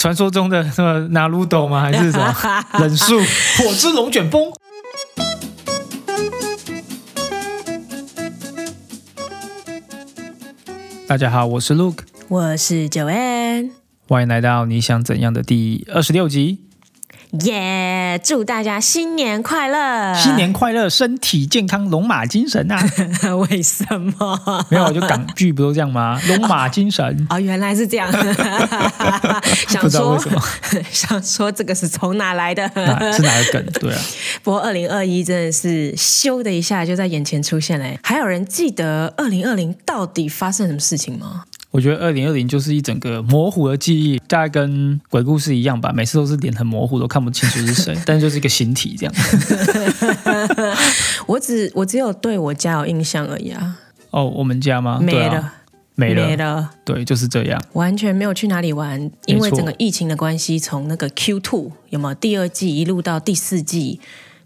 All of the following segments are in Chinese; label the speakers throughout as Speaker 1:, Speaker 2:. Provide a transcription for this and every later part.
Speaker 1: 传说中的什么拿鲁斗吗？还是什么忍术？火之龙卷风。大家好，我是 Luke，
Speaker 2: 我是九安，
Speaker 1: 欢迎来到你想怎样的第二十六集。
Speaker 2: 耶祝大家新年快乐！
Speaker 1: 新年快乐，身体健康，龙马精神啊！
Speaker 2: 年为什么？
Speaker 1: 没有，啊就港剧不都这样吗？龙马精 神。
Speaker 2: 哦，原来 是这样，
Speaker 1: 不
Speaker 2: 想
Speaker 1: 知道
Speaker 2: 说
Speaker 1: 为什么
Speaker 2: 想说这个是从哪来的？
Speaker 1: 哪是哪个梗？对啊，
Speaker 2: 不过二零二一真的是咻的一下就在眼前出现嘞。还有人记得二零二零到底发生什么事情吗？
Speaker 1: 我觉得二零二零就是一整个模糊的记忆，大概跟鬼故事一样吧，每次都是脸很模糊，都看不清楚是谁，但就是一个形体这样。
Speaker 2: 我只我只有对我家有印象而已啊，
Speaker 1: 哦，我们家吗？
Speaker 2: 没
Speaker 1: 对
Speaker 2: 了、
Speaker 1: 啊，没了，
Speaker 2: 没了。
Speaker 1: 对，就是这样。
Speaker 2: 完全没有去哪里玩，因为
Speaker 1: 没错
Speaker 2: 整个疫情的关系，从那个 Q two 有没有第二季一路到第四季，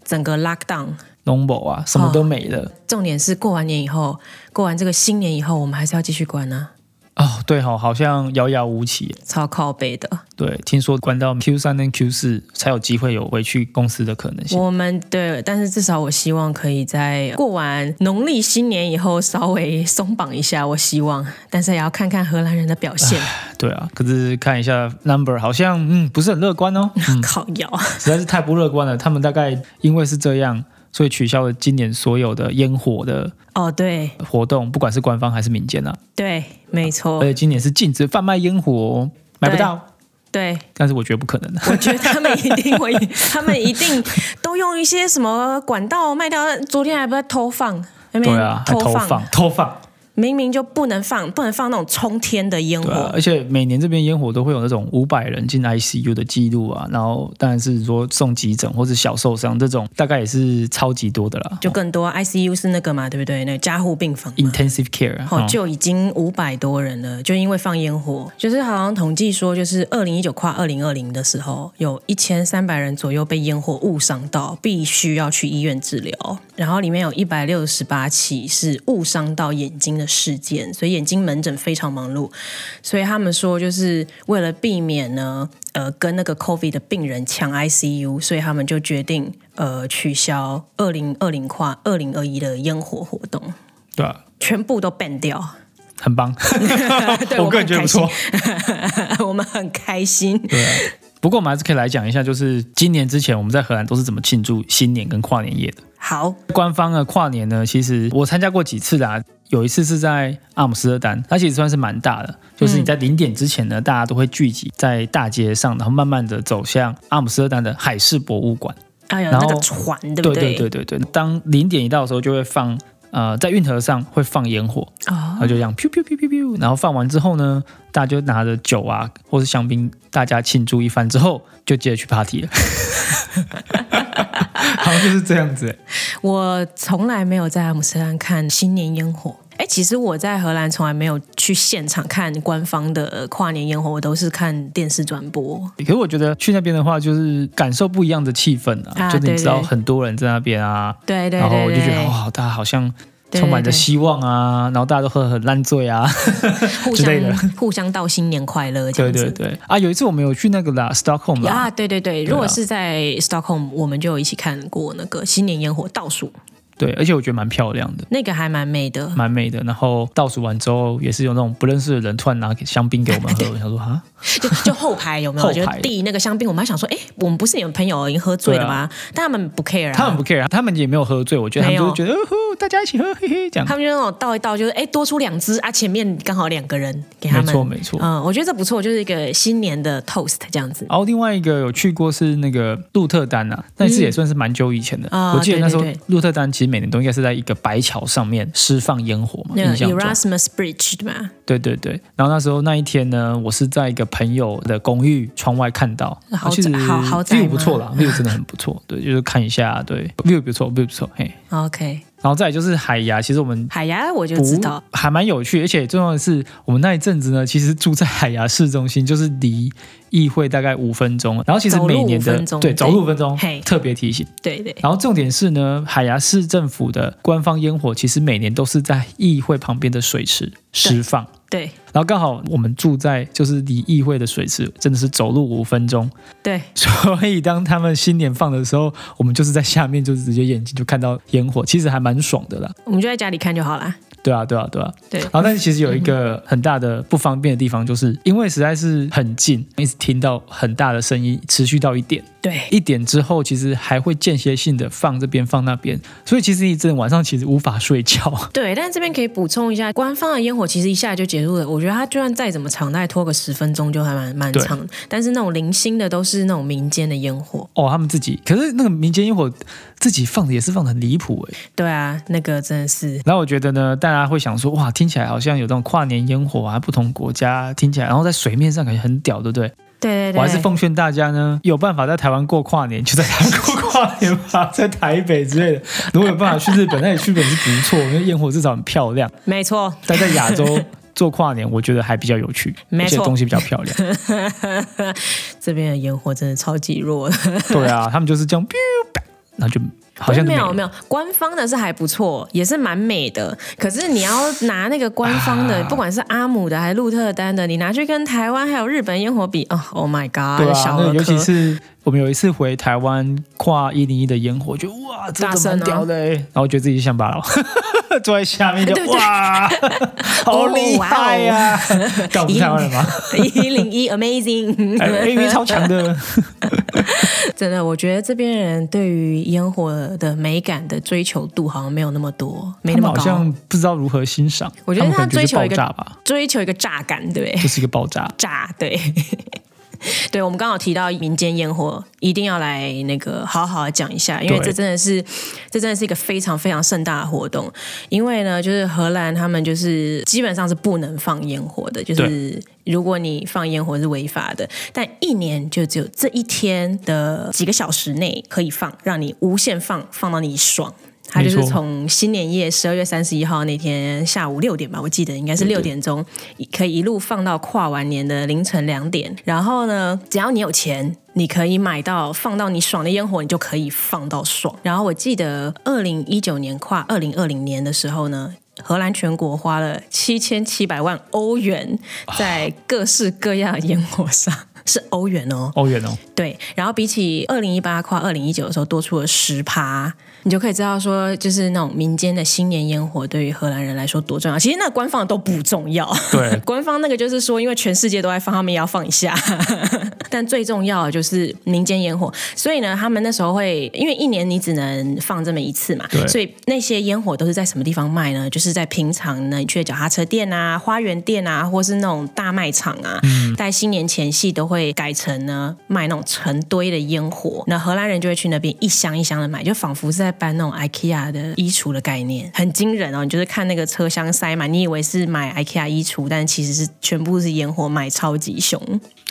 Speaker 2: 整个 lockdown。
Speaker 1: Number 啊，什么都没了。
Speaker 2: 重点是过完年以后，过完这个新年以后，我们还是要继续关呢、
Speaker 1: 哦，对哦，好像遥遥无期。
Speaker 2: 超靠背的。
Speaker 1: 对，听说关到 Q 三跟 Q 四才有机会有回去公司的可能性。
Speaker 2: 我们对，但是至少我希望可以在过完农历新年以后稍微松绑一下，我希望，但是也要看看荷兰人的 表现，
Speaker 1: 对啊，可是看一下 Number，好像嗯不是很乐观 哦，
Speaker 2: 靠腰。
Speaker 1: 实在是太不乐观了。他们大概因为是这样，所以取消了今年所有的烟火的
Speaker 2: 哦，对
Speaker 1: 活动，不管是官方还是民间啊。
Speaker 2: 对，没
Speaker 1: 而
Speaker 2: 错，
Speaker 1: 且今年是禁止贩卖烟火哦，买不到。
Speaker 2: 哦对。
Speaker 1: 但是我觉得不可能的。啊
Speaker 2: 我觉得他们一定会，他们一定都用一些什么管道卖掉。昨天还不在偷放，那边
Speaker 1: 对啊，还
Speaker 2: 偷
Speaker 1: 投放投放。
Speaker 2: 明明就不能放，不能放那种冲天的烟
Speaker 1: 对啊，
Speaker 2: 火。
Speaker 1: 而且每年这边烟火都会有那种五百人进 ICU 的记录啊，然后当然是说送急诊或是小受伤这种，大概也是超级多的啦。
Speaker 2: 就更多 ICU 是那个嘛，对不对？那个加护病房嘛，
Speaker 1: Intensive care，
Speaker 2: 哦，
Speaker 1: 嗯
Speaker 2: 就已经五百多人了，就因为放烟火，就是好像统计说，就是二零一九跨二零二零的时候，有一千三百人左右被烟火误伤到，必须要去医院治疗。然后里面有一百六十八起是误伤到眼睛的事件，所以眼睛门诊非常忙碌。所以他们说，就是为了避免呢，呃，跟那个 COVID 的病人抢 ICU，所以他们就决定呃取消二零二零跨二零二一的烟火活动，
Speaker 1: 对啊，
Speaker 2: 全部都 ban 掉。
Speaker 1: 很棒，
Speaker 2: 哎对
Speaker 1: 我个人觉得不错。
Speaker 2: 我们很开心。
Speaker 1: 对啊。不过我们还是可以来讲一下，就是今年之前我们在荷兰都是怎么庆祝新年跟跨年夜的。
Speaker 2: 好，
Speaker 1: 官方的跨年呢，其实我参加过几次啦，有一次是在阿姆斯特丹，它其实算是蛮大的，就是
Speaker 2: 嗯
Speaker 1: 你在零点之前呢，大家都会聚集在大街上，然后慢慢的走向阿姆斯特丹的海事博物馆。
Speaker 2: 哎呦，
Speaker 1: 然
Speaker 2: 那
Speaker 1: 后
Speaker 2: 个船对
Speaker 1: 对
Speaker 2: 不
Speaker 1: 对对对对，当零点一到的时候，就会放呃，在运河上会放烟火，然
Speaker 2: 哦
Speaker 1: 后就这样 pew pew pew pew pew，然后放完之后呢，大家就拿着酒啊或是香槟，大家庆祝一番之后，就接着去 party 了。好像就是这样子、欸
Speaker 2: 我从来没有在阿姆斯特丹看新年烟火。哎，其实我在荷兰从来没有去现场看官方的跨年烟火，我都是看电视转播。
Speaker 1: 可是我觉得去那边的话，就是感受不一样的气氛啊，
Speaker 2: 啊
Speaker 1: 就是你知道
Speaker 2: 对对
Speaker 1: 很多人在那边啊，
Speaker 2: 对对
Speaker 1: 然后
Speaker 2: 对
Speaker 1: 我就觉得哦
Speaker 2: 对，
Speaker 1: 哇，大家好像
Speaker 2: 对对
Speaker 1: 充满着
Speaker 2: 对
Speaker 1: 希望啊，然后大家都喝得很烂醉啊，
Speaker 2: 互
Speaker 1: 之类的
Speaker 2: 相互相道新年快乐 这
Speaker 1: 对
Speaker 2: 样子。
Speaker 1: 对对啊，有一次我们有去那个啦，Stockholm 啦，
Speaker 2: 啊，对对对，
Speaker 1: 啊
Speaker 2: 如果是在 Stockholm，我们就有一起看过那个新年烟火倒数，
Speaker 1: 对，而且我觉得蛮漂亮的，
Speaker 2: 那个还蛮美的。
Speaker 1: 蛮美的。然后倒数完之后，也是有那种不认识的人突然拿香槟给我们喝，我 想说啊，
Speaker 2: 就就后排有没有？
Speaker 1: 后
Speaker 2: 我
Speaker 1: 排
Speaker 2: 觉得递那个香槟，我们还想说，哎，我们不是你们朋友已经喝醉了吗？但他们不 care 啊，
Speaker 1: 他们不 care，他们也没有喝醉，我觉得他
Speaker 2: 没
Speaker 1: 们
Speaker 2: 有
Speaker 1: 就觉得哦吼，大家一起喝，嘿嘿，这样
Speaker 2: 他。们就那种倒一倒，就是哎多出两支啊，前面刚好两个人给他
Speaker 1: 没
Speaker 2: 们，
Speaker 1: 错没错。哦
Speaker 2: 嗯，我觉得这不错，就是一个新年的 toast 这样子。
Speaker 1: 然后另外一个有去过是那个鹿特丹啊，那一次也算是蛮久以前的。
Speaker 2: 嗯啊
Speaker 1: 我记得那时候
Speaker 2: 对对
Speaker 1: 鹿特丹其实每年都应该是在一个白桥上面释放烟火嘛，
Speaker 2: 那个
Speaker 1: 印象中。
Speaker 2: Erasmus Bridge 对吧？
Speaker 1: 对对对。然后那时候那一天呢，我是在一个朋友的公寓窗外看到，啊
Speaker 2: 豪宅
Speaker 1: 其实
Speaker 2: 豪豪宅
Speaker 1: view
Speaker 2: 吗
Speaker 1: 不错啦，view 真的很不错。对，就是看一下，对 view 不错，view 不错，嘿。
Speaker 2: ，OK，
Speaker 1: 然后再来就是海牙，其实我们
Speaker 2: 海牙我就
Speaker 1: 不
Speaker 2: 知道，
Speaker 1: 还蛮有趣，而且重要的是，我们那一阵子呢，其实住在海牙市中心，就是离议会大概五分钟，然后其实
Speaker 2: 走路
Speaker 1: 每年
Speaker 2: 5
Speaker 1: 的
Speaker 2: 分钟
Speaker 1: 对
Speaker 2: 对
Speaker 1: 走路五分钟
Speaker 2: 嘿
Speaker 1: 特别提醒。
Speaker 2: 对对，
Speaker 1: 然后重点是呢，海牙市政府的官方烟火其实每年都是在议会旁边的水池释放。
Speaker 2: 对
Speaker 1: 然后刚好我们住在就是离议会的水池真的是走路五分钟，
Speaker 2: 对，
Speaker 1: 所以当他们新年放的时候，我们就是在下面就直接眼睛就看到烟火，其实还蛮爽的啦。
Speaker 2: 我们就在家里看就好啦。
Speaker 1: 对啊，对啊，对啊。
Speaker 2: 对
Speaker 1: 然后，但是其实有一个很大的不方便的地方，就是因为实在是很近，一直听到很大的声音，持续到一点，
Speaker 2: 对
Speaker 1: 一点之后，其实还会间歇性的放这边放那边，所以其实一阵晚上其实无法睡觉。
Speaker 2: 对，但是这边可以补充一下，官方的烟火其实一下就结束了。我觉得它就算再怎么长，大概拖个十分钟就还蛮蛮
Speaker 1: 对
Speaker 2: 长的。但是那种零星的都是那种民间的烟火。
Speaker 1: 哦，他们自己，可是那个民间烟火自己放的也是放的很离谱哎。
Speaker 2: 对啊，那个真的是
Speaker 1: 然后我觉得呢，大家会想说，哇，听起来好像有那种跨年烟火啊，不同国家听起来，然后在水面上感觉很屌，对不对？
Speaker 2: 对对对，
Speaker 1: 我还是奉劝大家呢，有办法在台湾过跨年，就在台湾 过跨年吧， 在台北之类的。如果有办法去日本，那你去日本是不错，因为烟火至少很漂亮。
Speaker 2: 没错，
Speaker 1: 但在亚洲做跨年，我觉得还比较有趣，
Speaker 2: 没
Speaker 1: 而且
Speaker 2: 错
Speaker 1: 东西比较漂 亮。
Speaker 2: 这边的烟火真的超级弱的。
Speaker 1: 对啊，他们就是这样，然后就好像就
Speaker 2: 没
Speaker 1: 没
Speaker 2: 有
Speaker 1: 有
Speaker 2: 没有，官方的是还不错，也是蛮美的。可是你要拿那个官方的，
Speaker 1: 啊
Speaker 2: 不管是阿姆的还是鹿特丹的，你拿去跟台湾还有日本烟火比，哦，Oh my God，、
Speaker 1: 对啊，
Speaker 2: 小
Speaker 1: 那
Speaker 2: 儿
Speaker 1: 尤其
Speaker 2: 科。
Speaker 1: 是我们有一次回台湾跨一零一的烟火，觉得哇，这
Speaker 2: 大
Speaker 1: 怎
Speaker 2: 声
Speaker 1: 么
Speaker 2: 啊
Speaker 1: 屌的、欸？然后觉得自己是乡巴佬， 坐在下面就
Speaker 2: 对对哦
Speaker 1: 哇， 好厉害呀、啊！干我们是台湾人吗？
Speaker 2: 一零一 Amazing，
Speaker 1: 哎 A V 超强的，
Speaker 2: 真的，我觉得这边人对于烟火的美感的追求度好像没有那么多，没
Speaker 1: 他们
Speaker 2: 那么
Speaker 1: 好
Speaker 2: 高。
Speaker 1: 像不知道如何欣赏。
Speaker 2: 我觉得
Speaker 1: 他们可能就是
Speaker 2: 他追求一
Speaker 1: 爆
Speaker 2: 个
Speaker 1: 炸吧，
Speaker 2: 追求一个炸感，对不对？
Speaker 1: 就是一个爆炸。
Speaker 2: 炸，对。 对，我们刚好提到民间烟火，一定要来那个好好地讲一下，因为
Speaker 1: 对
Speaker 2: 这真的是，这真的是一个非常非常盛大的活动。因为呢，就是荷兰他们就是基本上是不能放烟火的，就是如果你放烟火是违法的，但一年就只有这一天的几个小时内可以放，让你无限放，放到你爽。它就是
Speaker 1: 没错
Speaker 2: 从新年夜十二月三十一号那天下午六点吧，我记得应该是六点钟，可以一路放到跨完年的凌晨两点。然后呢，只要你有钱，你可以买到放到你爽的烟火，你就可以放到爽。然后我记得二零一九年跨二零二零年的时候呢。荷兰全国花了七千七百万欧元在各式各样的烟火上，是欧元哦，
Speaker 1: 欧元哦，
Speaker 2: 对，然后比起二零一八跨二零一九的时候多出了十趴，你就可以知道说，就是那种民间的新年烟火对于荷兰人来说多重要。其实那官方的都不重要，
Speaker 1: 对
Speaker 2: 官方那个就是说，因为全世界都在放，他们也要放一下。但最重要的就是民间烟火，所以呢，他们那时候会，因为一年你只能放这么一次嘛
Speaker 1: 对，
Speaker 2: 所以那些烟火都是在什么地方卖呢？就是在平常呢，你去的脚踏车店啊、花园店啊，或是那种大卖场啊，在新年前夕都会改成呢卖那种成堆的烟火。那荷兰人就会去那边一箱一箱的买，就仿佛是在搬那种 IKEA 的衣橱的概念，很惊人哦。你就是看那个车厢塞满，你以为是买 IKEA 衣橱，但其实是全部是烟火，买超级凶。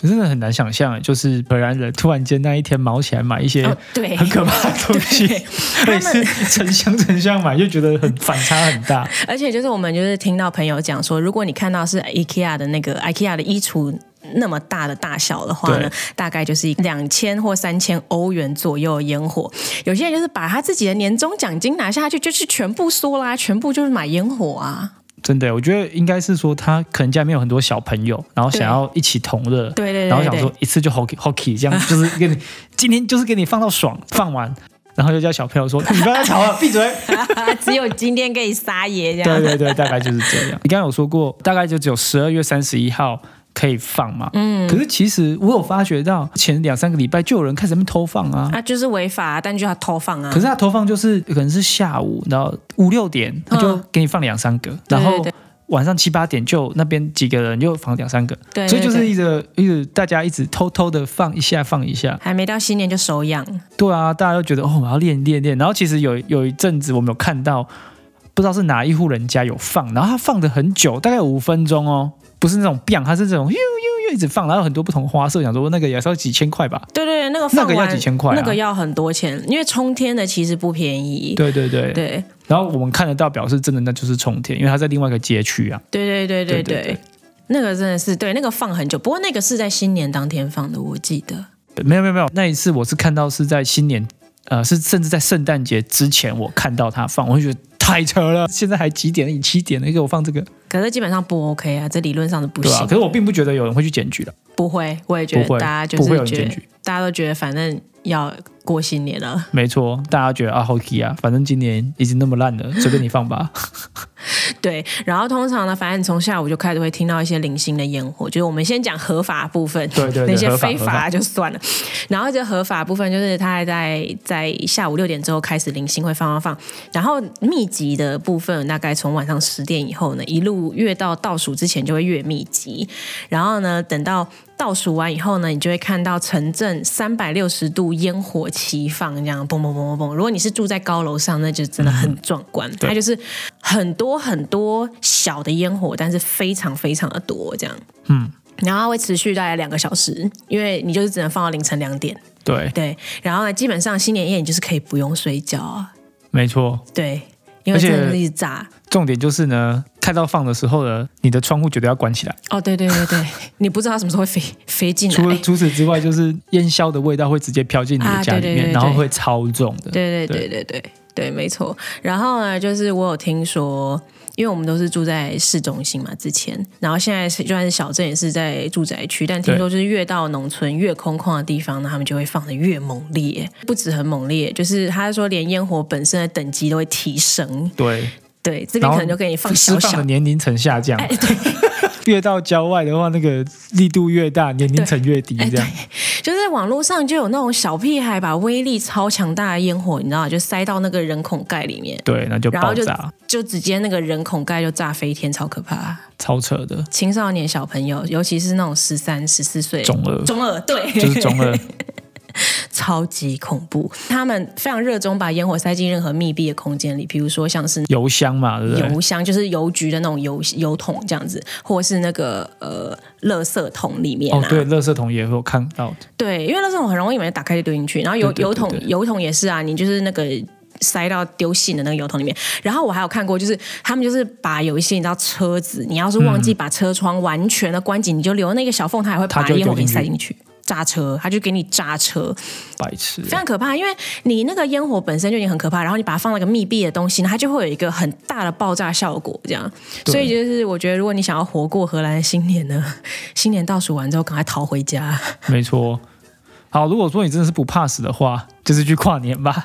Speaker 1: 真的很难想象，就是荷兰人突然间那一天毛起来买一些
Speaker 2: 哦，对，
Speaker 1: 很可怕的东西
Speaker 2: 对，
Speaker 1: 每次成箱成箱买，就觉得很反差很 大。
Speaker 2: 而且就是我们就是听到朋友讲说，如果你看到是 IKEA 的那个 IKEA 的衣橱。那么大的大小的话呢
Speaker 1: 对，
Speaker 2: 大概就是两千或三千欧元左右的烟火。有些人就是把他自己的年终奖金拿下去，就是全部缩啦，全部就是买烟火啊。
Speaker 1: 真的，我觉得应该是说他可能家里面有很多小朋友，然后想要一起同乐，
Speaker 2: 对对对对
Speaker 1: 然后想说一次就 hockey hockey 这样，就是给你今天就是给你放到爽，放完。然后就叫小朋友说：“你不要再吵了，闭嘴。
Speaker 2: 啊只有今天可以撒野这”
Speaker 1: 对
Speaker 2: 样。
Speaker 1: 对对，大概就是这 样。你刚刚有说过，大概就只有十二月三十一号可以放嘛。嗯。可是其实我有发觉到，前两三个礼拜就有人开始在那边偷放啊。
Speaker 2: 啊，就是违法，但就要偷放啊。
Speaker 1: 可是他投放就是可能是下午，然后五六点他就给你放两三个，然后
Speaker 2: 嗯对
Speaker 1: 晚上七八点就那边几个人又放两三个，
Speaker 2: 对对
Speaker 1: 所以就是
Speaker 2: 对
Speaker 1: 一直一直大家一直偷偷的放一下放一下，
Speaker 2: 还没到新年就手痒，
Speaker 1: 对啊，大家都觉得哦我要练练练，然后其实有有一阵子我们有看到，不知道是哪一户人家有放，然后他放的很久，大概有五分钟哦，不是那种 biang，他是这种呦呦呦一直放，然后有很多不同花色，想说那个也是要几千块吧，
Speaker 2: 对对对，那个
Speaker 1: 那
Speaker 2: 放
Speaker 1: 个要
Speaker 2: 完
Speaker 1: 几千块啊
Speaker 2: 那个要很多钱，因为冲天的其实不便宜。
Speaker 1: 对 对对，
Speaker 2: 对
Speaker 1: 然后我们看得到表示真的那就是冲天，因为他在另外一个街区啊。
Speaker 2: 对对对
Speaker 1: 对
Speaker 2: 对
Speaker 1: 对
Speaker 2: 对
Speaker 1: 对。
Speaker 2: 那个真的是对，那个放很久，不过那个是在新年当天放的，我记得。
Speaker 1: 没有没有没有，那一次我是看到是在新年，呃，是甚至在圣诞节之前我看到他放，我就觉得太扯了。现在还几点？你七点了，给我放这个，
Speaker 2: 可是基本上不 OK 啊，这理论上是不
Speaker 1: 对
Speaker 2: 行。
Speaker 1: 吧、可是我并不觉得有人会去检举了，
Speaker 2: 不会，我也觉
Speaker 1: 不
Speaker 2: 得
Speaker 1: 会
Speaker 2: 大家就
Speaker 1: 不会有
Speaker 2: 是
Speaker 1: 人
Speaker 2: 觉
Speaker 1: 检
Speaker 2: 得
Speaker 1: 举
Speaker 2: 大家都觉得反正要过新年了，
Speaker 1: 没错，大家觉得啊好 k 啊，反正今年已经那么烂了，随便你放 吧。
Speaker 2: 对。然后通常呢，反正你从下午就开始会听到一些零星的烟火，就是我们先讲合法部分，
Speaker 1: 对对对
Speaker 2: 那些
Speaker 1: 合法
Speaker 2: 非
Speaker 1: 合法
Speaker 2: 法就算了。然后这合法部分就是它还在在下午六点之后开始零星会放放放，然后密集的部分大概从晚上十点以后呢，一路越到倒数之前就会越密集，然后呢，等到倒数完以后呢，你就会看到城镇三百六十度烟火齐放，这样嘣嘣嘣嘣嘣。如果你是住在高楼上，那就真的很壮观。它就是很多很多小的烟火，但是非常非常的多，这样。
Speaker 1: 嗯，
Speaker 2: 然后它会持续大概两个小时，因为你就是只能放到凌晨两点。
Speaker 1: 对，
Speaker 2: 对，然后呢，基本上新年夜你就是可以不用睡觉啊。
Speaker 1: 没错。
Speaker 2: 对，因为
Speaker 1: 而且
Speaker 2: 真的是一直炸。
Speaker 1: 重点就是呢，看到放的时候呢，你的窗户绝对要关起来。
Speaker 2: 哦，对对对 对，你不知道它什么时候会飞飞进
Speaker 1: 除
Speaker 2: 来。
Speaker 1: 除此之外，就是烟硝的味道会直接飘进你的
Speaker 2: 啊
Speaker 1: 家里
Speaker 2: 对对
Speaker 1: 面，
Speaker 2: 对对
Speaker 1: 然后
Speaker 2: 对
Speaker 1: 会超重的。
Speaker 2: 对对对对对对，没错。然后呢，就是我有听说，因为我们都是住在市中心嘛，之前，然后现在是就算是小镇也是在住宅区，但听说就是越到农村越空旷的地方呢，他们就会放的越猛烈，不止很猛烈，就是他说连烟火本身的等级都会提升。
Speaker 1: 对，
Speaker 2: 对，这
Speaker 1: 然
Speaker 2: 边
Speaker 1: 后
Speaker 2: 可能就给你放
Speaker 1: 释
Speaker 2: 小哎
Speaker 1: 放
Speaker 2: 小
Speaker 1: 的年龄层下降， 越到郊外的话，那个力度越大，年龄层越低，这样。
Speaker 2: 哎就是网络上就有那种小屁孩把威力超强大的烟火，你知道吗，就塞到那个人孔盖里面，
Speaker 1: 对，那就
Speaker 2: 然后
Speaker 1: 爆
Speaker 2: 就
Speaker 1: 炸，
Speaker 2: 就直接那个人孔盖就炸飞天，超可怕。
Speaker 1: 超扯的，
Speaker 2: 青少年小朋友，尤其是那种十三、十四岁，
Speaker 1: 中二，
Speaker 2: 中二，对，
Speaker 1: 就是中二，
Speaker 2: 超级恐怖。他们非常热衷把烟火塞进任何密闭的空间里，比如说像是
Speaker 1: 油箱嘛，对不对？
Speaker 2: 邮箱，就是邮局的那种邮邮筒这样子，或是那个呃，垃圾桶里面、啊。
Speaker 1: 哦，对，垃圾桶也有看到，
Speaker 2: 对，因为那时候我很容易把它打开就丢进去，然后邮
Speaker 1: 对对
Speaker 2: 邮筒
Speaker 1: 对对
Speaker 2: 邮筒也是啊，你就是那个。塞到丢信的那个邮筒里面，然后我还有看过，就是他们就是把有一些你知道车子，你要是忘记把车窗完全的关紧，你就留那个小缝，它还会
Speaker 1: 它
Speaker 2: 把
Speaker 1: 就
Speaker 2: 烟
Speaker 1: 丢
Speaker 2: 火给
Speaker 1: 进
Speaker 2: 你塞
Speaker 1: 去
Speaker 2: 进去，炸车，它就给你炸车，
Speaker 1: 白痴，
Speaker 2: 非常可怕。因为你那个烟火本身就已经很可怕，然后你把它放在一个密闭的东西，它就会有一个很大的爆炸效果，这样。
Speaker 1: 对
Speaker 2: 所以就是我觉得，如果你想要活过荷兰的新年呢，新年倒数完之后赶快逃回家。
Speaker 1: 没错。好，如果说你真的是不怕死的话，就是去跨年吧，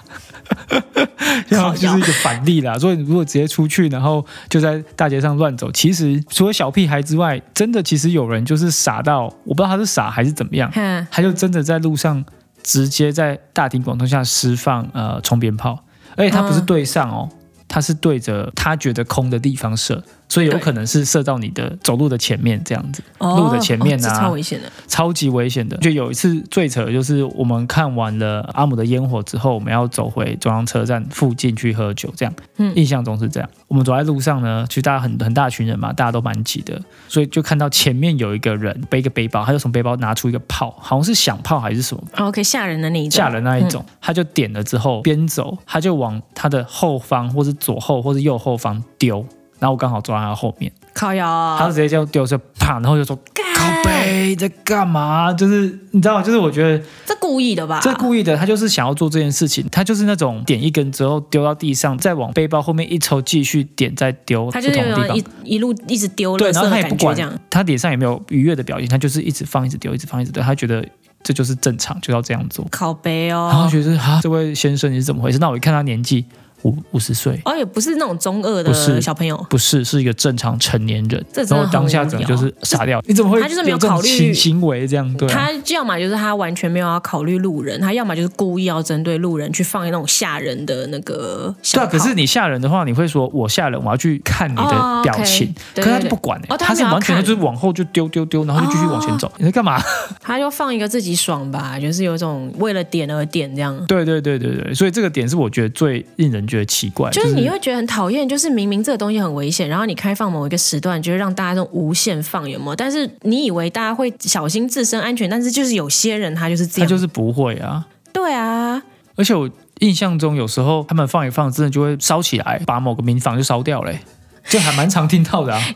Speaker 1: 然后就是一个反例啦。所以你如果直接出去，然后就在大街上乱走，其实除了小屁孩之外，真的其实有人就是傻到，我不知道他是傻还是怎么 样，
Speaker 2: 哼，
Speaker 1: 他就真的在路上直接在大庭广众下释放呃冲鞭炮，而且他不是对上哦，他是对着他觉得空的地方射，所以有
Speaker 2: 对
Speaker 1: 可能是射到你的走路的前面这样子，
Speaker 2: 哦
Speaker 1: 路的前面啊
Speaker 2: 哦这超危险的。
Speaker 1: 超级危险的。就有一次最扯，就是我们看完了阿姆的烟火之后，我们要走回中央车站附近去喝酒，这样，
Speaker 2: 嗯
Speaker 1: 印象中是这样。我们走在路上呢，其实大家很很大群人嘛，大家都蛮挤的，所以就看到前面有一个人背一个背包，他就从背包拿出一个炮，好像是响炮还是什么。
Speaker 2: OK，吓人的那一种，
Speaker 1: 吓人那一种，他就点了之后边走，他就往他的后方或是左后或是右后方丢，然后我刚好抓在他后面，
Speaker 2: 靠腰
Speaker 1: 他
Speaker 2: 哦，
Speaker 1: 直接就丢就啪，然后就说
Speaker 2: 干
Speaker 1: 靠背在干嘛？就是你知道，就是我觉得
Speaker 2: 这故意的吧？
Speaker 1: 这故意的，他就是想要做这件事情，他就是那种点一根之后丢到地上，再往背包后面一抽，继续点再丢不
Speaker 2: 他
Speaker 1: 同
Speaker 2: 就是
Speaker 1: 的
Speaker 2: 有
Speaker 1: 地
Speaker 2: 人
Speaker 1: 方。
Speaker 2: 一一路一直丢
Speaker 1: 对，
Speaker 2: 垃
Speaker 1: 然
Speaker 2: 圾
Speaker 1: 后
Speaker 2: 的
Speaker 1: 他也不
Speaker 2: 感觉，
Speaker 1: 管
Speaker 2: 这样
Speaker 1: 他脸上也没有愉悦的表情，他就是一直放，一直丢，一直放，一直丢。他觉得这就是正常，就要这样做。
Speaker 2: 靠背
Speaker 1: 然后
Speaker 2: 哦，
Speaker 1: 觉得啊，这位先生你是怎么回事？那我一看他年纪五五十岁，
Speaker 2: 哦也不是那种中二
Speaker 1: 不是
Speaker 2: 的小朋友，
Speaker 1: 不是是一个正常成年人，
Speaker 2: 这真的
Speaker 1: 然后当下整个就是傻掉，你怎么会
Speaker 2: 他就是没有
Speaker 1: 这种
Speaker 2: 考虑
Speaker 1: 行行为这样对啊、
Speaker 2: 他要么就是他完全没有要考虑路人，他要么就是故意要针对路人去放那种吓人的那个
Speaker 1: 对
Speaker 2: 响
Speaker 1: 啊，
Speaker 2: 炮。
Speaker 1: 可是你吓人的话，你会说我吓人，我要去看你
Speaker 2: 哦
Speaker 1: 的表情，
Speaker 2: ，OK，对
Speaker 1: 可是他
Speaker 2: 对
Speaker 1: 就
Speaker 2: 对
Speaker 1: 不管、欸
Speaker 2: 哦他
Speaker 1: 他是
Speaker 2: 没有要
Speaker 1: 完全
Speaker 2: 看哦
Speaker 1: 就是往后就丢丢丢，然后就继续往前走，你在干嘛？
Speaker 2: 他就放一个自己爽吧，就是有一种为了点而点这样。
Speaker 1: 对对对对对，所以这个点是我觉得最令人觉得奇怪，
Speaker 2: 就
Speaker 1: 就是
Speaker 2: 你会觉得很讨厌，就是明明这个东西很危险，然后你开放某一个时段，就是让大家都无限放，有没有？但是你以为大家会小心自身安全，但是就是有些人他就是这
Speaker 1: 他
Speaker 2: 样，
Speaker 1: 就是不会啊，
Speaker 2: 对啊，
Speaker 1: 而且我印象中有时候他们放一放，真的就会烧起来，把某个民房就烧掉嘞、欸，这还蛮常听到的啊。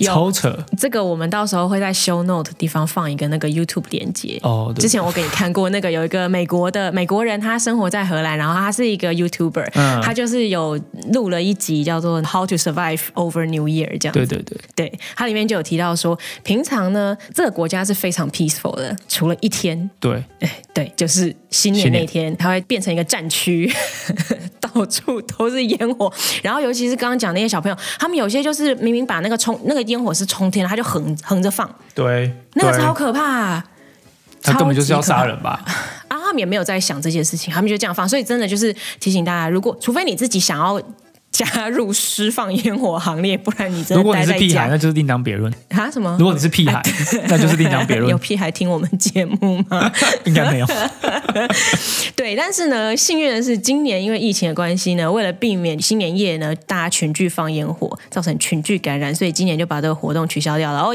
Speaker 2: 有
Speaker 1: 超扯
Speaker 2: 这个，我们到时候会在 show note 地方放一个那个 YouTube 连接。
Speaker 1: 哦。对
Speaker 2: 之前我给你看过那个有一个美国的美国人，他生活在荷兰，然后他是一个 YouTuber，、
Speaker 1: 嗯
Speaker 2: 他就是有录了一集叫做《How to Survive Over New Year》这样
Speaker 1: 对对对，
Speaker 2: 对，它里面就有提到说，平常呢，这个国家是非常 peaceful 的，除了一天，
Speaker 1: 对
Speaker 2: 哎， 对，就是新年那天，它会变成一个战区， 到处都是烟火。然后，尤其是刚刚讲那些小朋友，他们有些就是明明把那个冲那个烟火是冲天了，他就横横着放，
Speaker 1: 对，
Speaker 2: 那个
Speaker 1: 对
Speaker 2: 超可怕、
Speaker 1: 他根本就是要
Speaker 2: 超级可怕
Speaker 1: 杀人 吧？
Speaker 2: 啊，他们也没有在想这些事情，他们就这样放。所以真的就是提醒大家，如果除非你自己想要加入释放烟火行列，不然你真
Speaker 1: 如
Speaker 2: 的
Speaker 1: 果
Speaker 2: 待
Speaker 1: 你是
Speaker 2: 在
Speaker 1: 屁孩，
Speaker 2: 家
Speaker 1: 那就是另当别论；
Speaker 2: 啊什么？
Speaker 1: 如果你是屁孩， 那就是另当别
Speaker 2: 有
Speaker 1: 论。
Speaker 2: 屁孩听我们节目吗？
Speaker 1: 应该没有，
Speaker 2: 对，但是呢，幸运的是，今年因为疫情的关系呢，为了避免新年夜呢大家群聚放烟火，造成群聚感染，所以今年就把这个活动取消掉了。哦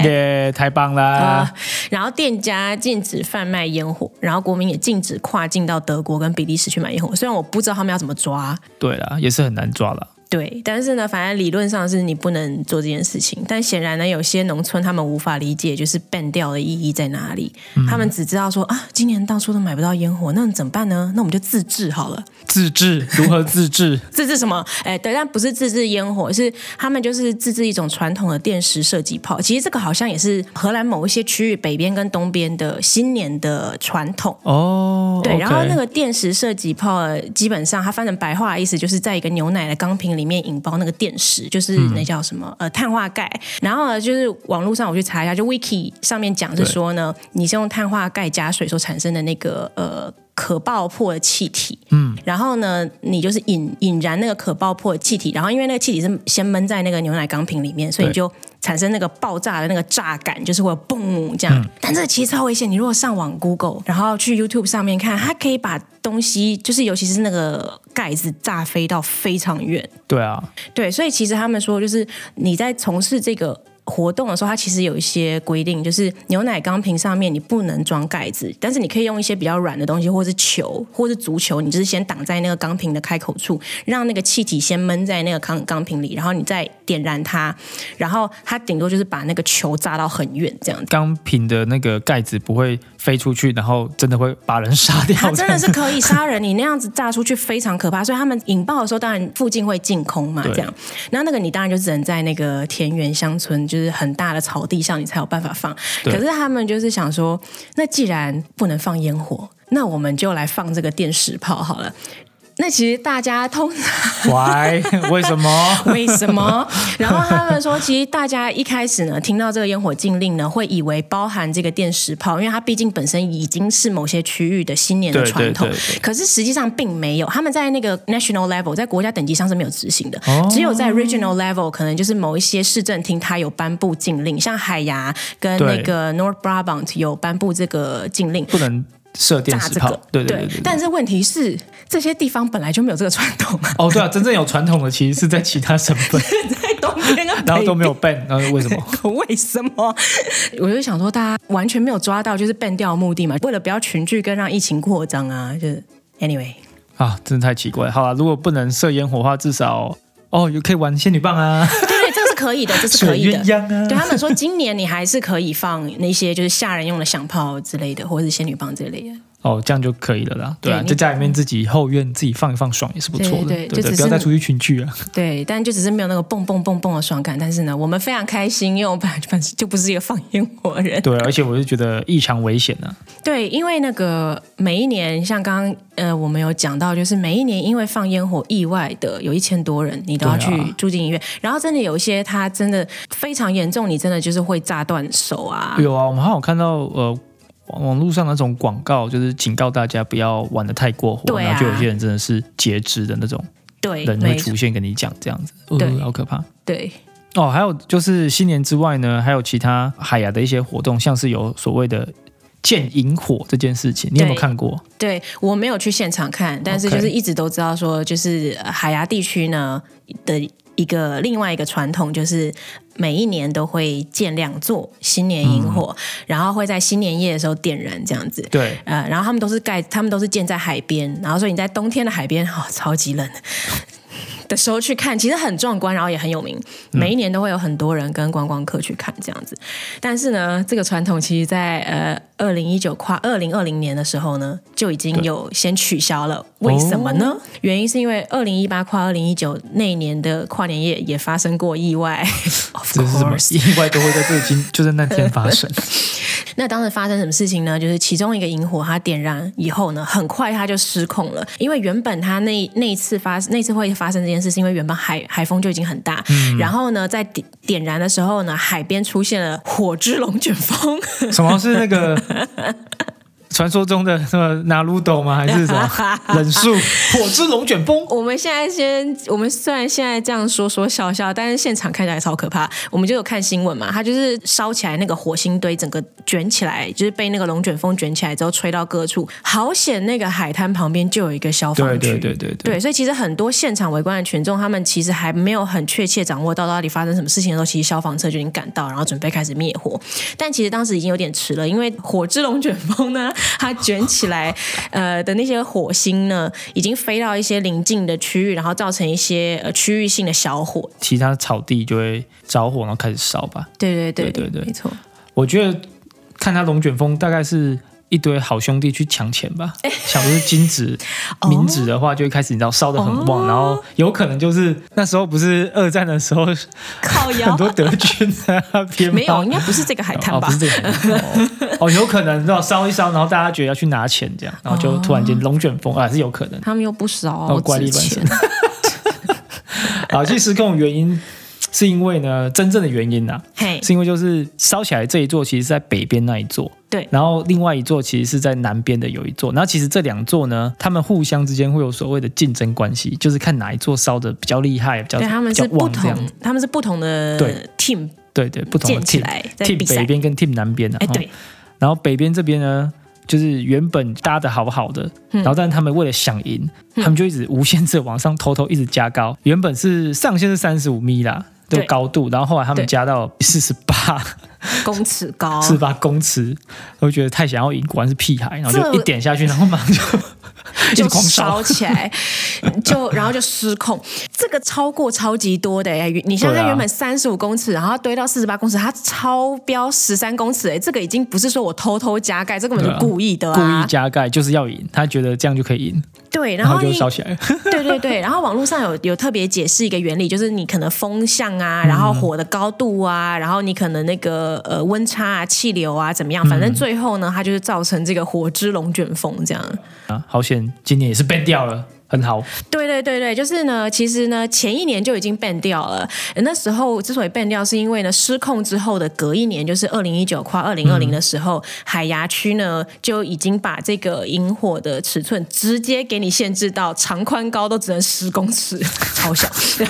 Speaker 1: 耶，太棒
Speaker 2: 啊
Speaker 1: 啦！、
Speaker 2: 然后店家禁止贩卖烟火，然后国民也禁止跨境到德国跟比利时去买烟火。虽然我不知道他们要怎么抓，
Speaker 1: 对啦，也是很难抓了。
Speaker 2: 对，但是呢，反正理论上是你不能做这件事情，但显然呢，有些农村他们无法理解就是 ban 掉的意义在哪里，他们只知道说啊，今年到处都买不到烟火，那怎么办呢？那我们就自制好了，
Speaker 1: 自制如何自制？
Speaker 2: 自制什么？哎，对，但不是自制烟火，是他们就是自制一种传统的电石射击炮。其实这个好像也是荷兰某一些区域北边跟东边的新年的传统。
Speaker 1: 哦，
Speaker 2: 对，
Speaker 1: OK
Speaker 2: 然后那个电石射击炮，呃基本上它翻成白话的意思就是在一个牛奶的钢瓶里面引爆那个电石，就是那叫什
Speaker 1: 嗯
Speaker 2: 么、呃碳化钙。然后呢，就是网络上我去查一下，就 Wiki 上面讲是说呢，你是用碳化钙加水所产生的那个呃。可爆破的气体，嗯，然后呢，你就是引引燃那个可爆破的气体，然后因为那个气体是先闷在那个牛奶钢瓶里面，所以
Speaker 1: 对
Speaker 2: 你就产生那个爆炸的那个炸感，就是会有嘣这样。但这个其实超危险，你如果上网 Google，然后去 YouTube 上面看，它可以把东西，就是尤其是那个盖子炸飞到非常远。
Speaker 1: 对啊，
Speaker 2: 对，所以其实他们说，就是你在从事这个。活动的时候，它其实有一些规定，就是牛奶钢瓶上面你不能装盖子，但是你可以用一些比较软的东西，或是球，或是足球，你就是先挡在那个钢瓶的开口处，让那个气体先闷在那个钢钢瓶里，然后你再点燃它，然后它顶多就是把那个球炸到很远这样子。
Speaker 1: 钢瓶的那个盖子不会飞出去，然后真的会把人杀掉
Speaker 2: 它
Speaker 1: 这
Speaker 2: 啊真
Speaker 1: 样。
Speaker 2: 的 是可以杀人，你那样子炸出去非常可怕，所以他们引爆的时候，当然附近会净空嘛，
Speaker 1: 对
Speaker 2: 这样。然后那个你当然就只能在那个田园乡村，就是很大的草地上，你才有办法放。
Speaker 1: 对
Speaker 2: 可是他们就是想说，那既然不能放烟火，那我们就来放这个电石炮好了。那其实大家通常
Speaker 1: Why？为 什么？
Speaker 2: 为什么？然后他们说，其实大家一开始呢，听到这个烟火禁令呢，会以为包含这个电石炮，因为它毕竟本身已经是某些区域的新年的
Speaker 1: 对
Speaker 2: 传
Speaker 1: 对
Speaker 2: 统
Speaker 1: 对。对
Speaker 2: 可是实际上并没有，他们在那个 national level，在国家等级上是没有执行的，
Speaker 1: 哦
Speaker 2: 只有在 regional level，可能就是某一些市政厅它有颁布禁令，像海牙跟
Speaker 1: 对
Speaker 2: 那个 North Brabant 有颁布这个禁令。
Speaker 1: 不能射电
Speaker 2: 炸
Speaker 1: 磁
Speaker 2: 这
Speaker 1: 炮
Speaker 2: 个，，
Speaker 1: 对对对对。
Speaker 2: 但是问题是，这些地方本来就没有这个传统 啊，
Speaker 1: 哦，对啊，真正有传统的其实是在其他省 份，
Speaker 2: 在东边跟
Speaker 1: 然后都
Speaker 2: 北
Speaker 1: 没有 ban，然后为 什么？
Speaker 2: 为什么？哦 我就想说，大家完全没有抓到就是 ban 掉的目的嘛，为了不要群聚跟让疫情扩张啊，就是 anyway。
Speaker 1: 啊，真的太奇怪了。好了，如果不能射烟火的话，至少哦，也可以玩仙女棒啊，
Speaker 2: 对对，这个是可以的，这是可
Speaker 1: 水
Speaker 2: 以
Speaker 1: 鸳
Speaker 2: 的。
Speaker 1: 鸯啊，
Speaker 2: 对他们说，今年你还是可以放那些就是吓人用的响炮之类的，或者是仙女棒之类的。
Speaker 1: 哦，这样就可以了啦。对啊，
Speaker 2: 对你
Speaker 1: 在家里面自己后院自己放一放，爽也是不错的。
Speaker 2: 对对
Speaker 1: 对
Speaker 2: 就只
Speaker 1: 不要
Speaker 2: 是
Speaker 1: 再出去群 聚啊。
Speaker 2: 对，但就只是没有那个蹦蹦蹦蹦的爽感。但是呢，我们非常开心，因为我本来就本就不是一个放烟火的人。
Speaker 1: 对，啊而且我就觉得异常危险啊。
Speaker 2: 对，因为那个每一年，像刚刚呃，我们有讲到，就是每一年因为放烟火意外的有一千多人，你都要去
Speaker 1: 对啊
Speaker 2: 住进医院。然后真的有一些他真的非常严重，你真的就是会炸断手啊。
Speaker 1: 有啊，我们还有看到呃。网网络上那种广告，就是警告大家不要玩的太过火，
Speaker 2: 对啊
Speaker 1: 然后就有些人真的是截肢的那种
Speaker 2: 对，
Speaker 1: 人会
Speaker 2: 没错
Speaker 1: 出现跟你讲这样子，呃
Speaker 2: 对
Speaker 1: 好可怕。
Speaker 2: 对
Speaker 1: 哦，还有就是新年之外呢，还有其他海牙的一些活动，像是有所谓的见萤火这件事情，你有没有
Speaker 2: 对
Speaker 1: 看过？
Speaker 2: 对，我没有去现场看，但是
Speaker 1: OK
Speaker 2: 就是一直都知道说，就是呃海牙地区呢的一个另外一个传统，就是每一年都会建两座新年萤火，
Speaker 1: 嗯
Speaker 2: 然后会在新年夜的时候点燃这样子。
Speaker 1: 对，
Speaker 2: 呃，然后他们都是盖，他们都是建在海边，然后所以你在冬天的海边，哦，超级冷，的时候去看，其实很壮观，然后也很有名，
Speaker 1: 嗯
Speaker 2: 每一年都会有很多人跟观光客去看这样子。但是呢，这个传统其实在呃二零一九跨二零二零年的时候呢，就已经有先取消了。为什么
Speaker 1: 哦
Speaker 2: 呢？原因是因为二零一八跨二零一九那一年的跨年夜也发生过意外，of
Speaker 1: 这是什么
Speaker 2: course。
Speaker 1: 意外都会在这今就在那天发生，
Speaker 2: 那当时发生什么事情呢？就是其中一个引火它点燃以后呢，很快它就失控了，因为原本它那那一次发那次会发生这件事，是因为原本海海风就已经很大，
Speaker 1: 嗯
Speaker 2: 然后呢，在点点燃的时候呢，海边出现了火之龙卷风，
Speaker 1: 什么是那个传说中的什么拿鲁斗吗？还是什 么忍术火之龙卷风？
Speaker 2: 我们现在先，我们虽然现在这样说说笑笑，但是现场看起来超可怕。我们就有看新闻嘛，它就是烧起来那个火星堆，整个卷起来，就是被那个龙卷风卷起来之后吹到各处。好险，那个海滩旁边就有一个消防
Speaker 1: 对对
Speaker 2: 区。
Speaker 1: 对对对，
Speaker 2: 对，所以其实很多现场围观的群众，他们其实还没有很确切掌握到到底发生什么事情的时候，其实消防车就已经赶到，然后准备开始灭火。但其实当时已经有点迟了，因为火之龙卷风呢，它卷起来，呃的那些火星呢，已经飞到一些邻近的区域，然后造成一些呃区域性的小火。
Speaker 1: 其他草地就会着火，然后开始烧吧。
Speaker 2: 对对对
Speaker 1: 对对对
Speaker 2: 没错。
Speaker 1: 我觉得看他龙卷风大概是。一堆好兄弟去抢钱 吧，抢的是金纸、
Speaker 2: 哦
Speaker 1: 冥纸的话，就会开始你知道烧的很旺，然后有可能就是那时候不是二战的时候，
Speaker 2: 靠
Speaker 1: 很
Speaker 2: 腰
Speaker 1: 多德军在那边吗
Speaker 2: 没有，应该不是这个海 滩
Speaker 1: 哦，
Speaker 2: 吧
Speaker 1: 不？是这个哦， 哦，有可能，然后烧一烧，然后大家觉得要去拿钱，这样，然后就突然
Speaker 2: 哦
Speaker 1: 间龙卷风啊，是有可能。
Speaker 2: 他们又不烧
Speaker 1: 哦怪
Speaker 2: 纸
Speaker 1: 力乱
Speaker 2: 钱
Speaker 1: 神，啊，其实失控的原因是因为呢，真正的原因啊，
Speaker 2: 嘿，
Speaker 1: 是因为就是烧起来这一座其实是在北边那一座，
Speaker 2: 对
Speaker 1: 然后另外一座其实是在南边的有一座，然后其实这两座呢，他们互相之间会有所谓的竞争关系，就是看哪一座烧的比较厉害，比较
Speaker 2: 对，他们
Speaker 1: 比较
Speaker 2: 是不
Speaker 1: 旺这样
Speaker 2: 同，，他们是不同的
Speaker 1: 对
Speaker 2: team
Speaker 1: 对对，不同
Speaker 2: 建
Speaker 1: 的
Speaker 2: 起
Speaker 1: team
Speaker 2: 来在比
Speaker 1: team
Speaker 2: 赛
Speaker 1: 北。边跟 team 南边的、啊，
Speaker 2: 哎，
Speaker 1: 哦
Speaker 2: 对，
Speaker 1: 然后北边这边呢，就是原本搭的好好的，
Speaker 2: 嗯
Speaker 1: 然后但是他们为了想赢，他们就一直无限制地往上偷偷一直加高，原本是上限是三十五米啦。的
Speaker 2: 对
Speaker 1: 高度，然后后来他
Speaker 2: 对哦
Speaker 1: 们加到四十八、
Speaker 2: 公尺 高，
Speaker 1: 四十八公尺，我就觉得太想要赢，果然是屁孩，然后就
Speaker 2: 这
Speaker 1: 一点下去，然后马上就一直
Speaker 2: 就
Speaker 1: 狂烧，
Speaker 2: 烧 起来，就然后就失控。这个超过超级多的哎，你像它
Speaker 1: 对啊
Speaker 2: 原本三十五公尺，然后堆到四十八公尺，它超标十三公尺哎，这个已经不是说我偷偷加盖，这根本
Speaker 1: 对
Speaker 2: 就
Speaker 1: 啊
Speaker 2: 故意的
Speaker 1: 故意
Speaker 2: 啊。
Speaker 1: 加盖就是要赢，他觉得这样就可以赢，
Speaker 2: 对，然
Speaker 1: 然
Speaker 2: 后
Speaker 1: 后就
Speaker 2: 你
Speaker 1: 烧起来 了。
Speaker 2: 对对对，然后网络上有有特别解释一个原理，就是你可能风向啊，
Speaker 1: 嗯
Speaker 2: 然后火的高度啊，然后你可能那个呃温差啊、气流啊怎么
Speaker 1: 嗯
Speaker 2: 样，反正最后呢，它就是造成这个火之龙卷风这样。
Speaker 1: 啊，好险，今年也是 ban 掉了，很好。
Speaker 2: 对对对对，就是呢，其实呢，前一年就已经 ban 掉了。呃那时候之所以 ban 掉，是因为呢，失控之后的隔一年，就是二零一九跨二零
Speaker 1: 嗯
Speaker 2: 二零的时候，海牙区呢就已经把这个引火的尺寸直接给你限制到长宽高都只能十公 尺，超小。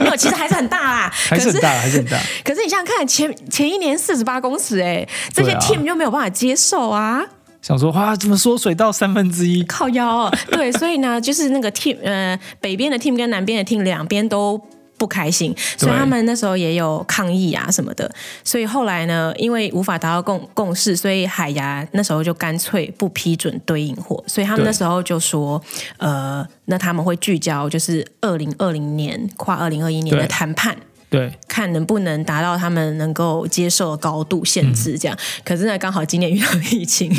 Speaker 2: 没有，其实还是很大啦，
Speaker 1: 还是很大，还是很大。
Speaker 2: 可是你想想看，前前一年四十八公尺、哎，这些
Speaker 1: 对啊
Speaker 2: team 就没有办法接受啊。
Speaker 1: 想说哇，怎么缩水到三分之一？
Speaker 2: 靠腰、哦， 对，所以呢，就是那个 team，呃，北边的 team 跟南边的 team 两边都。不开心，所以
Speaker 1: 对
Speaker 2: 他们那时候也有抗议啊什么的，所以后来呢，因为无法达到共共识，所以海牙那时候就干脆不批准堆引火，所以他们
Speaker 1: 对
Speaker 2: 那时候就说，呃，那他们会聚焦就是二零二零年跨二零二一年的
Speaker 1: 对
Speaker 2: 谈判，
Speaker 1: 对，
Speaker 2: 看能不能达到他们能够接受的高度限
Speaker 1: 嗯
Speaker 2: 制，这样。可是呢，刚好今年遇到疫情。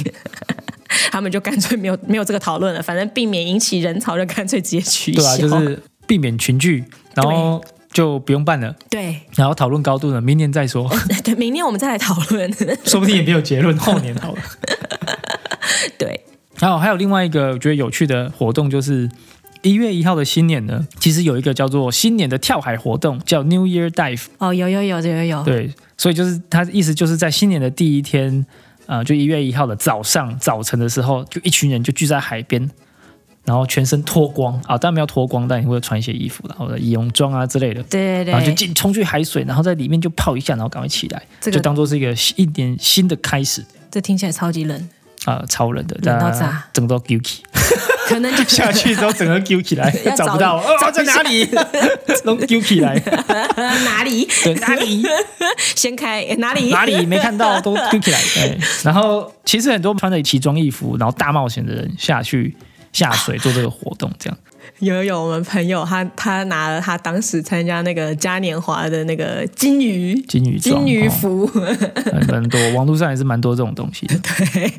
Speaker 2: 他们就干脆没有没有这个讨论了，反正避免引起人潮，就干脆直接取消。
Speaker 1: 对啊，就是避免群聚，然后就不用办了。
Speaker 2: 对
Speaker 1: 然后讨论高度呢，明年再说，
Speaker 2: 对，明年我们再来讨论。
Speaker 1: 说不定也没有结论，后年好了。
Speaker 2: 对，
Speaker 1: 然后还有另外一个我觉得有趣的活动，就是一月一号的新年呢，其实有一个叫做新年的跳海活动，叫 New Year Dive。
Speaker 2: 哦，有有有有有有，
Speaker 1: 对，所以就是它意思就是在新年的第一天，呃，就一月一号的早上早晨的时候，就一群人就聚在海边，然后全身脱光啊，当然没有脱光，但你会穿一些衣服啦，然后泳装啊之类的。
Speaker 2: 对对
Speaker 1: 然后就
Speaker 2: 对，
Speaker 1: 进冲去海水，然后在里面就泡一下，然后赶快起来，
Speaker 2: 这
Speaker 1: 就
Speaker 2: 个
Speaker 1: 当做是一个一年新的开始
Speaker 2: 这听起来超级冷，
Speaker 1: 啊、超人的，
Speaker 2: 冷到
Speaker 1: 大家
Speaker 2: 炸
Speaker 1: 整个都 g u i l t y
Speaker 2: 可能就
Speaker 1: 下去之后整个 g u i l t 起来
Speaker 2: 要，找
Speaker 1: 找不到，
Speaker 2: 找
Speaker 1: 哦，
Speaker 2: 一
Speaker 1: 在
Speaker 2: 下
Speaker 1: 哪里？ 都 g u i l t 起 来，
Speaker 2: 哪里
Speaker 1: 对，哪里？
Speaker 2: 先开 哪里
Speaker 1: 哪里没看到都 g u i l t 起来。对，然后其实很多穿着奇装异服，然后大冒险的人下去下水做这个活动，这样
Speaker 2: 有有，我们朋友他他拿了他当时参加那个嘉年华的那个金鱼
Speaker 1: 金鱼装
Speaker 2: 金鱼
Speaker 1: 哦
Speaker 2: 服，
Speaker 1: 还蛮多，网络上也是蛮多这种东西的。
Speaker 2: 对，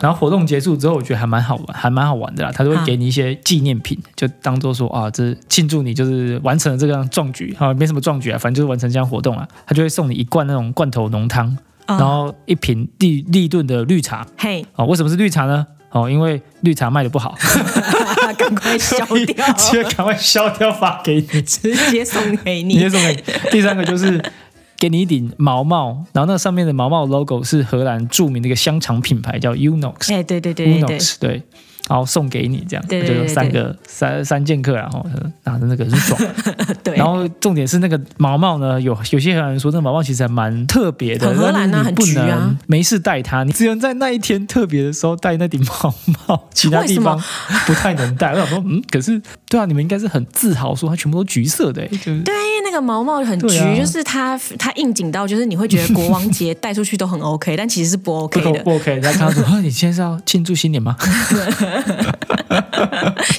Speaker 1: 然后活动结束之后，我觉得还蛮好玩，还蛮好玩的啦。他都会
Speaker 2: 啊
Speaker 1: 给你一些纪念品，就当做说啊，这庆祝你就是完成了这样壮举啊，没什么壮举啊，反正就是完成这样活动啊。他就会送你一罐那种罐头浓汤，
Speaker 2: 哦
Speaker 1: 然后一瓶立立顿的绿茶
Speaker 2: 嘿，
Speaker 1: 啊。为什么是绿茶呢？哦，因为绿茶卖的不好，
Speaker 2: 赶快 消掉，
Speaker 1: 所以赶快削掉发给你，
Speaker 2: 直接送给
Speaker 1: 你也
Speaker 2: 你。
Speaker 1: 送给你。第三个就是。给你一顶毛帽，然后那上面的毛帽 logo 是荷兰著名的一个香肠品牌叫 Unox，
Speaker 2: 哎，对对对对对，
Speaker 1: Unox 对，然后送给你这样，
Speaker 2: 对
Speaker 1: 就
Speaker 2: 对对
Speaker 1: 有
Speaker 2: 对
Speaker 1: 三个三三剑客啊，然后拿着那个很爽。
Speaker 2: 对，
Speaker 1: 然后重点是那个毛毛呢，有有些荷兰人说那个毛毛其实还蛮特别的，
Speaker 2: 很荷兰啊
Speaker 1: 但是你不
Speaker 2: 很橘
Speaker 1: 能
Speaker 2: 啊
Speaker 1: 没事戴它，你只能在那一天特别的时候戴那顶毛毛，其他地方
Speaker 2: 为
Speaker 1: 不太能戴。我想说，嗯，可是对啊，你们应该是很自豪说它全部都橘色的、欸，就是
Speaker 2: 对啊，因为那个毛毛很
Speaker 1: 对
Speaker 2: 橘，
Speaker 1: 啊
Speaker 2: 就是它它应景到，就是你会觉得国王节带出去都 很 OK，但其实是不 OK
Speaker 1: 不
Speaker 2: 的。
Speaker 1: 不 OK。人家看 到说，啊，你现在是要庆祝新年吗？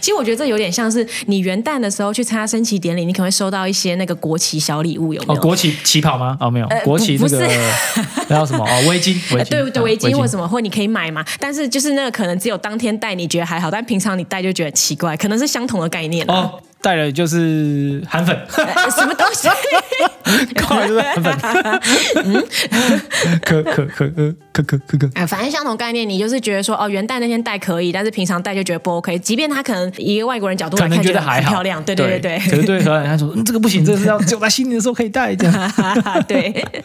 Speaker 2: 其实我觉得这有点像是你元旦的时候去参加升旗典礼，你可能会收到一些那个国旗小礼物，有没
Speaker 1: 哦，
Speaker 2: 有？
Speaker 1: 国旗旗袍吗？哦，没有，国旗
Speaker 2: 不
Speaker 1: 这个
Speaker 2: 不
Speaker 1: 那叫什么？哦，围巾，围
Speaker 2: 呃
Speaker 1: 巾，
Speaker 2: 对对，
Speaker 1: 啊
Speaker 2: 围巾或什么，或你可以买嘛。但是就是那个可能只有当天戴，你觉得还好，但平常你戴就觉得很奇怪，可能是相同的概念、啊。
Speaker 1: 哦，带了就是韩 粉，
Speaker 2: 呃什么东西？
Speaker 1: 过来就是韩粉，可可可呃可可可可，
Speaker 2: 哎，反正相同概念，你就是觉得说，哦，元旦那天戴可以，但是平常戴就觉得不 OK。即便他可能以一个外国人角度
Speaker 1: 可
Speaker 2: 来
Speaker 1: 能
Speaker 2: 看，
Speaker 1: 觉
Speaker 2: 觉
Speaker 1: 得
Speaker 2: 很
Speaker 1: 还好，
Speaker 2: 漂亮，对对对
Speaker 1: 可
Speaker 2: 对
Speaker 1: 是对荷兰人来说，嗯，这个不行，这个是要只有在新年的时候可以带这 样。
Speaker 2: 对，对。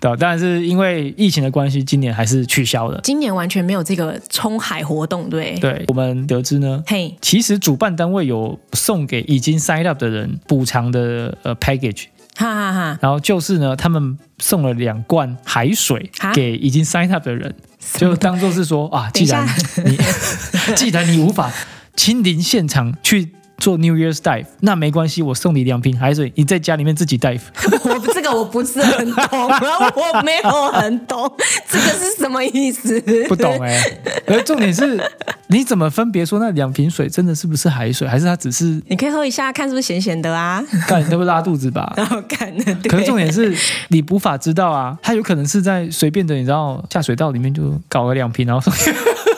Speaker 1: 对啊，但是因为疫情的关系，今年还是取消了。
Speaker 2: 今年完全没有这个冲海活动，对，
Speaker 1: 对我们得知呢，
Speaker 2: 嘿，
Speaker 1: 其实主办单位有送给已经 sign up 的人补偿的呃 package，
Speaker 2: 哈哈哈，
Speaker 1: 然后就是呢，他们送了两罐海水
Speaker 2: 啊
Speaker 1: 给已经 sign up 的人，就当做是说啊，
Speaker 2: 等
Speaker 1: 既
Speaker 2: 一下
Speaker 1: 然你 既然你无法亲临现场去做 New Year's dive，那没关系，我送你两瓶海水，你在家里面自己 dive。
Speaker 2: 我这个我不是很懂，我没有很懂，这个是什么意思？
Speaker 1: 不 懂哎、而重点是，你怎么分别说那两瓶水真的是不是海水，还是它只是
Speaker 2: 你可以喝一下，看是不是咸咸的啊？
Speaker 1: 干你都会拉肚子吧？
Speaker 2: 然后看，对
Speaker 1: 可是重点是你无法知道啊，他有可能是在随便的，你知道下水道里面就搞了两瓶，然后 送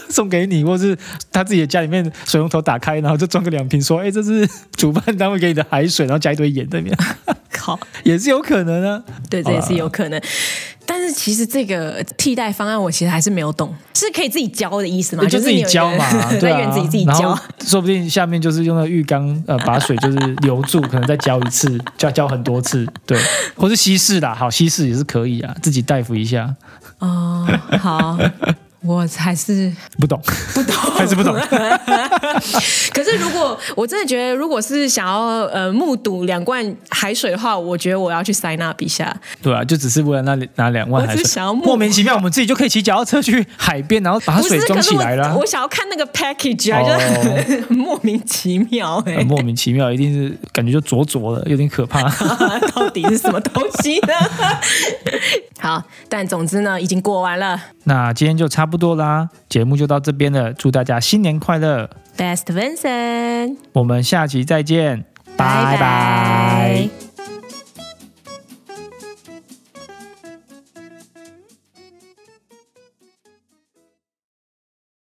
Speaker 1: 送给你，或是他自己的家里面水龙头打开，然后就装个两瓶，说：“哎、这是主办单位给你的海水，然后加一堆盐在里面，
Speaker 2: 靠，
Speaker 1: 也是有可能啊。
Speaker 2: 对，这也是有可能。但是其实这个替代方案，我其实还是没有懂，是可以自己教的意思吗？
Speaker 1: 你就是自己
Speaker 2: 啊你有一个，
Speaker 1: 浇嘛 对
Speaker 2: 在
Speaker 1: 啊
Speaker 2: 院子里自己，
Speaker 1: 然
Speaker 2: 浇
Speaker 1: 后。说不定下面就是用那个浴缸， 呃，把水就是留住，可能再浇一次，再浇很多次，对，或是稀释啦，好，稀释也是可以啊，自己大夫一下，
Speaker 2: 哦，好，我还 是
Speaker 1: 不懂，
Speaker 2: 不懂，
Speaker 1: 还是不 懂。
Speaker 2: 可是如果我真的觉得，如果是想要呃目睹两罐海水的话，我觉得我要去塞纳比下。
Speaker 1: 对啊，就只是为了那里拿两万
Speaker 2: 我
Speaker 1: 海
Speaker 2: 只
Speaker 1: 水，
Speaker 2: 想要摸
Speaker 1: 莫名其妙，我们自己就可以骑脚踏车去海边，然后把它
Speaker 2: 不是
Speaker 1: 水，装
Speaker 2: 可是
Speaker 1: 起
Speaker 2: 我
Speaker 1: 来啦。
Speaker 2: 我想要看那个 package 啊，
Speaker 1: 哦
Speaker 2: 就是 莫名其妙哎、
Speaker 1: 很莫名其妙，一定是感觉就灼灼的，有点可 怕。
Speaker 2: 到底是什么东西呢？ 好，但总之呢，已经过完了。
Speaker 1: 那今天就差不多啦，节目就到这边了，祝大家新年快乐，
Speaker 2: Best Vincent，
Speaker 1: 我们下期再见，拜
Speaker 2: 拜
Speaker 1: 拜
Speaker 2: 拜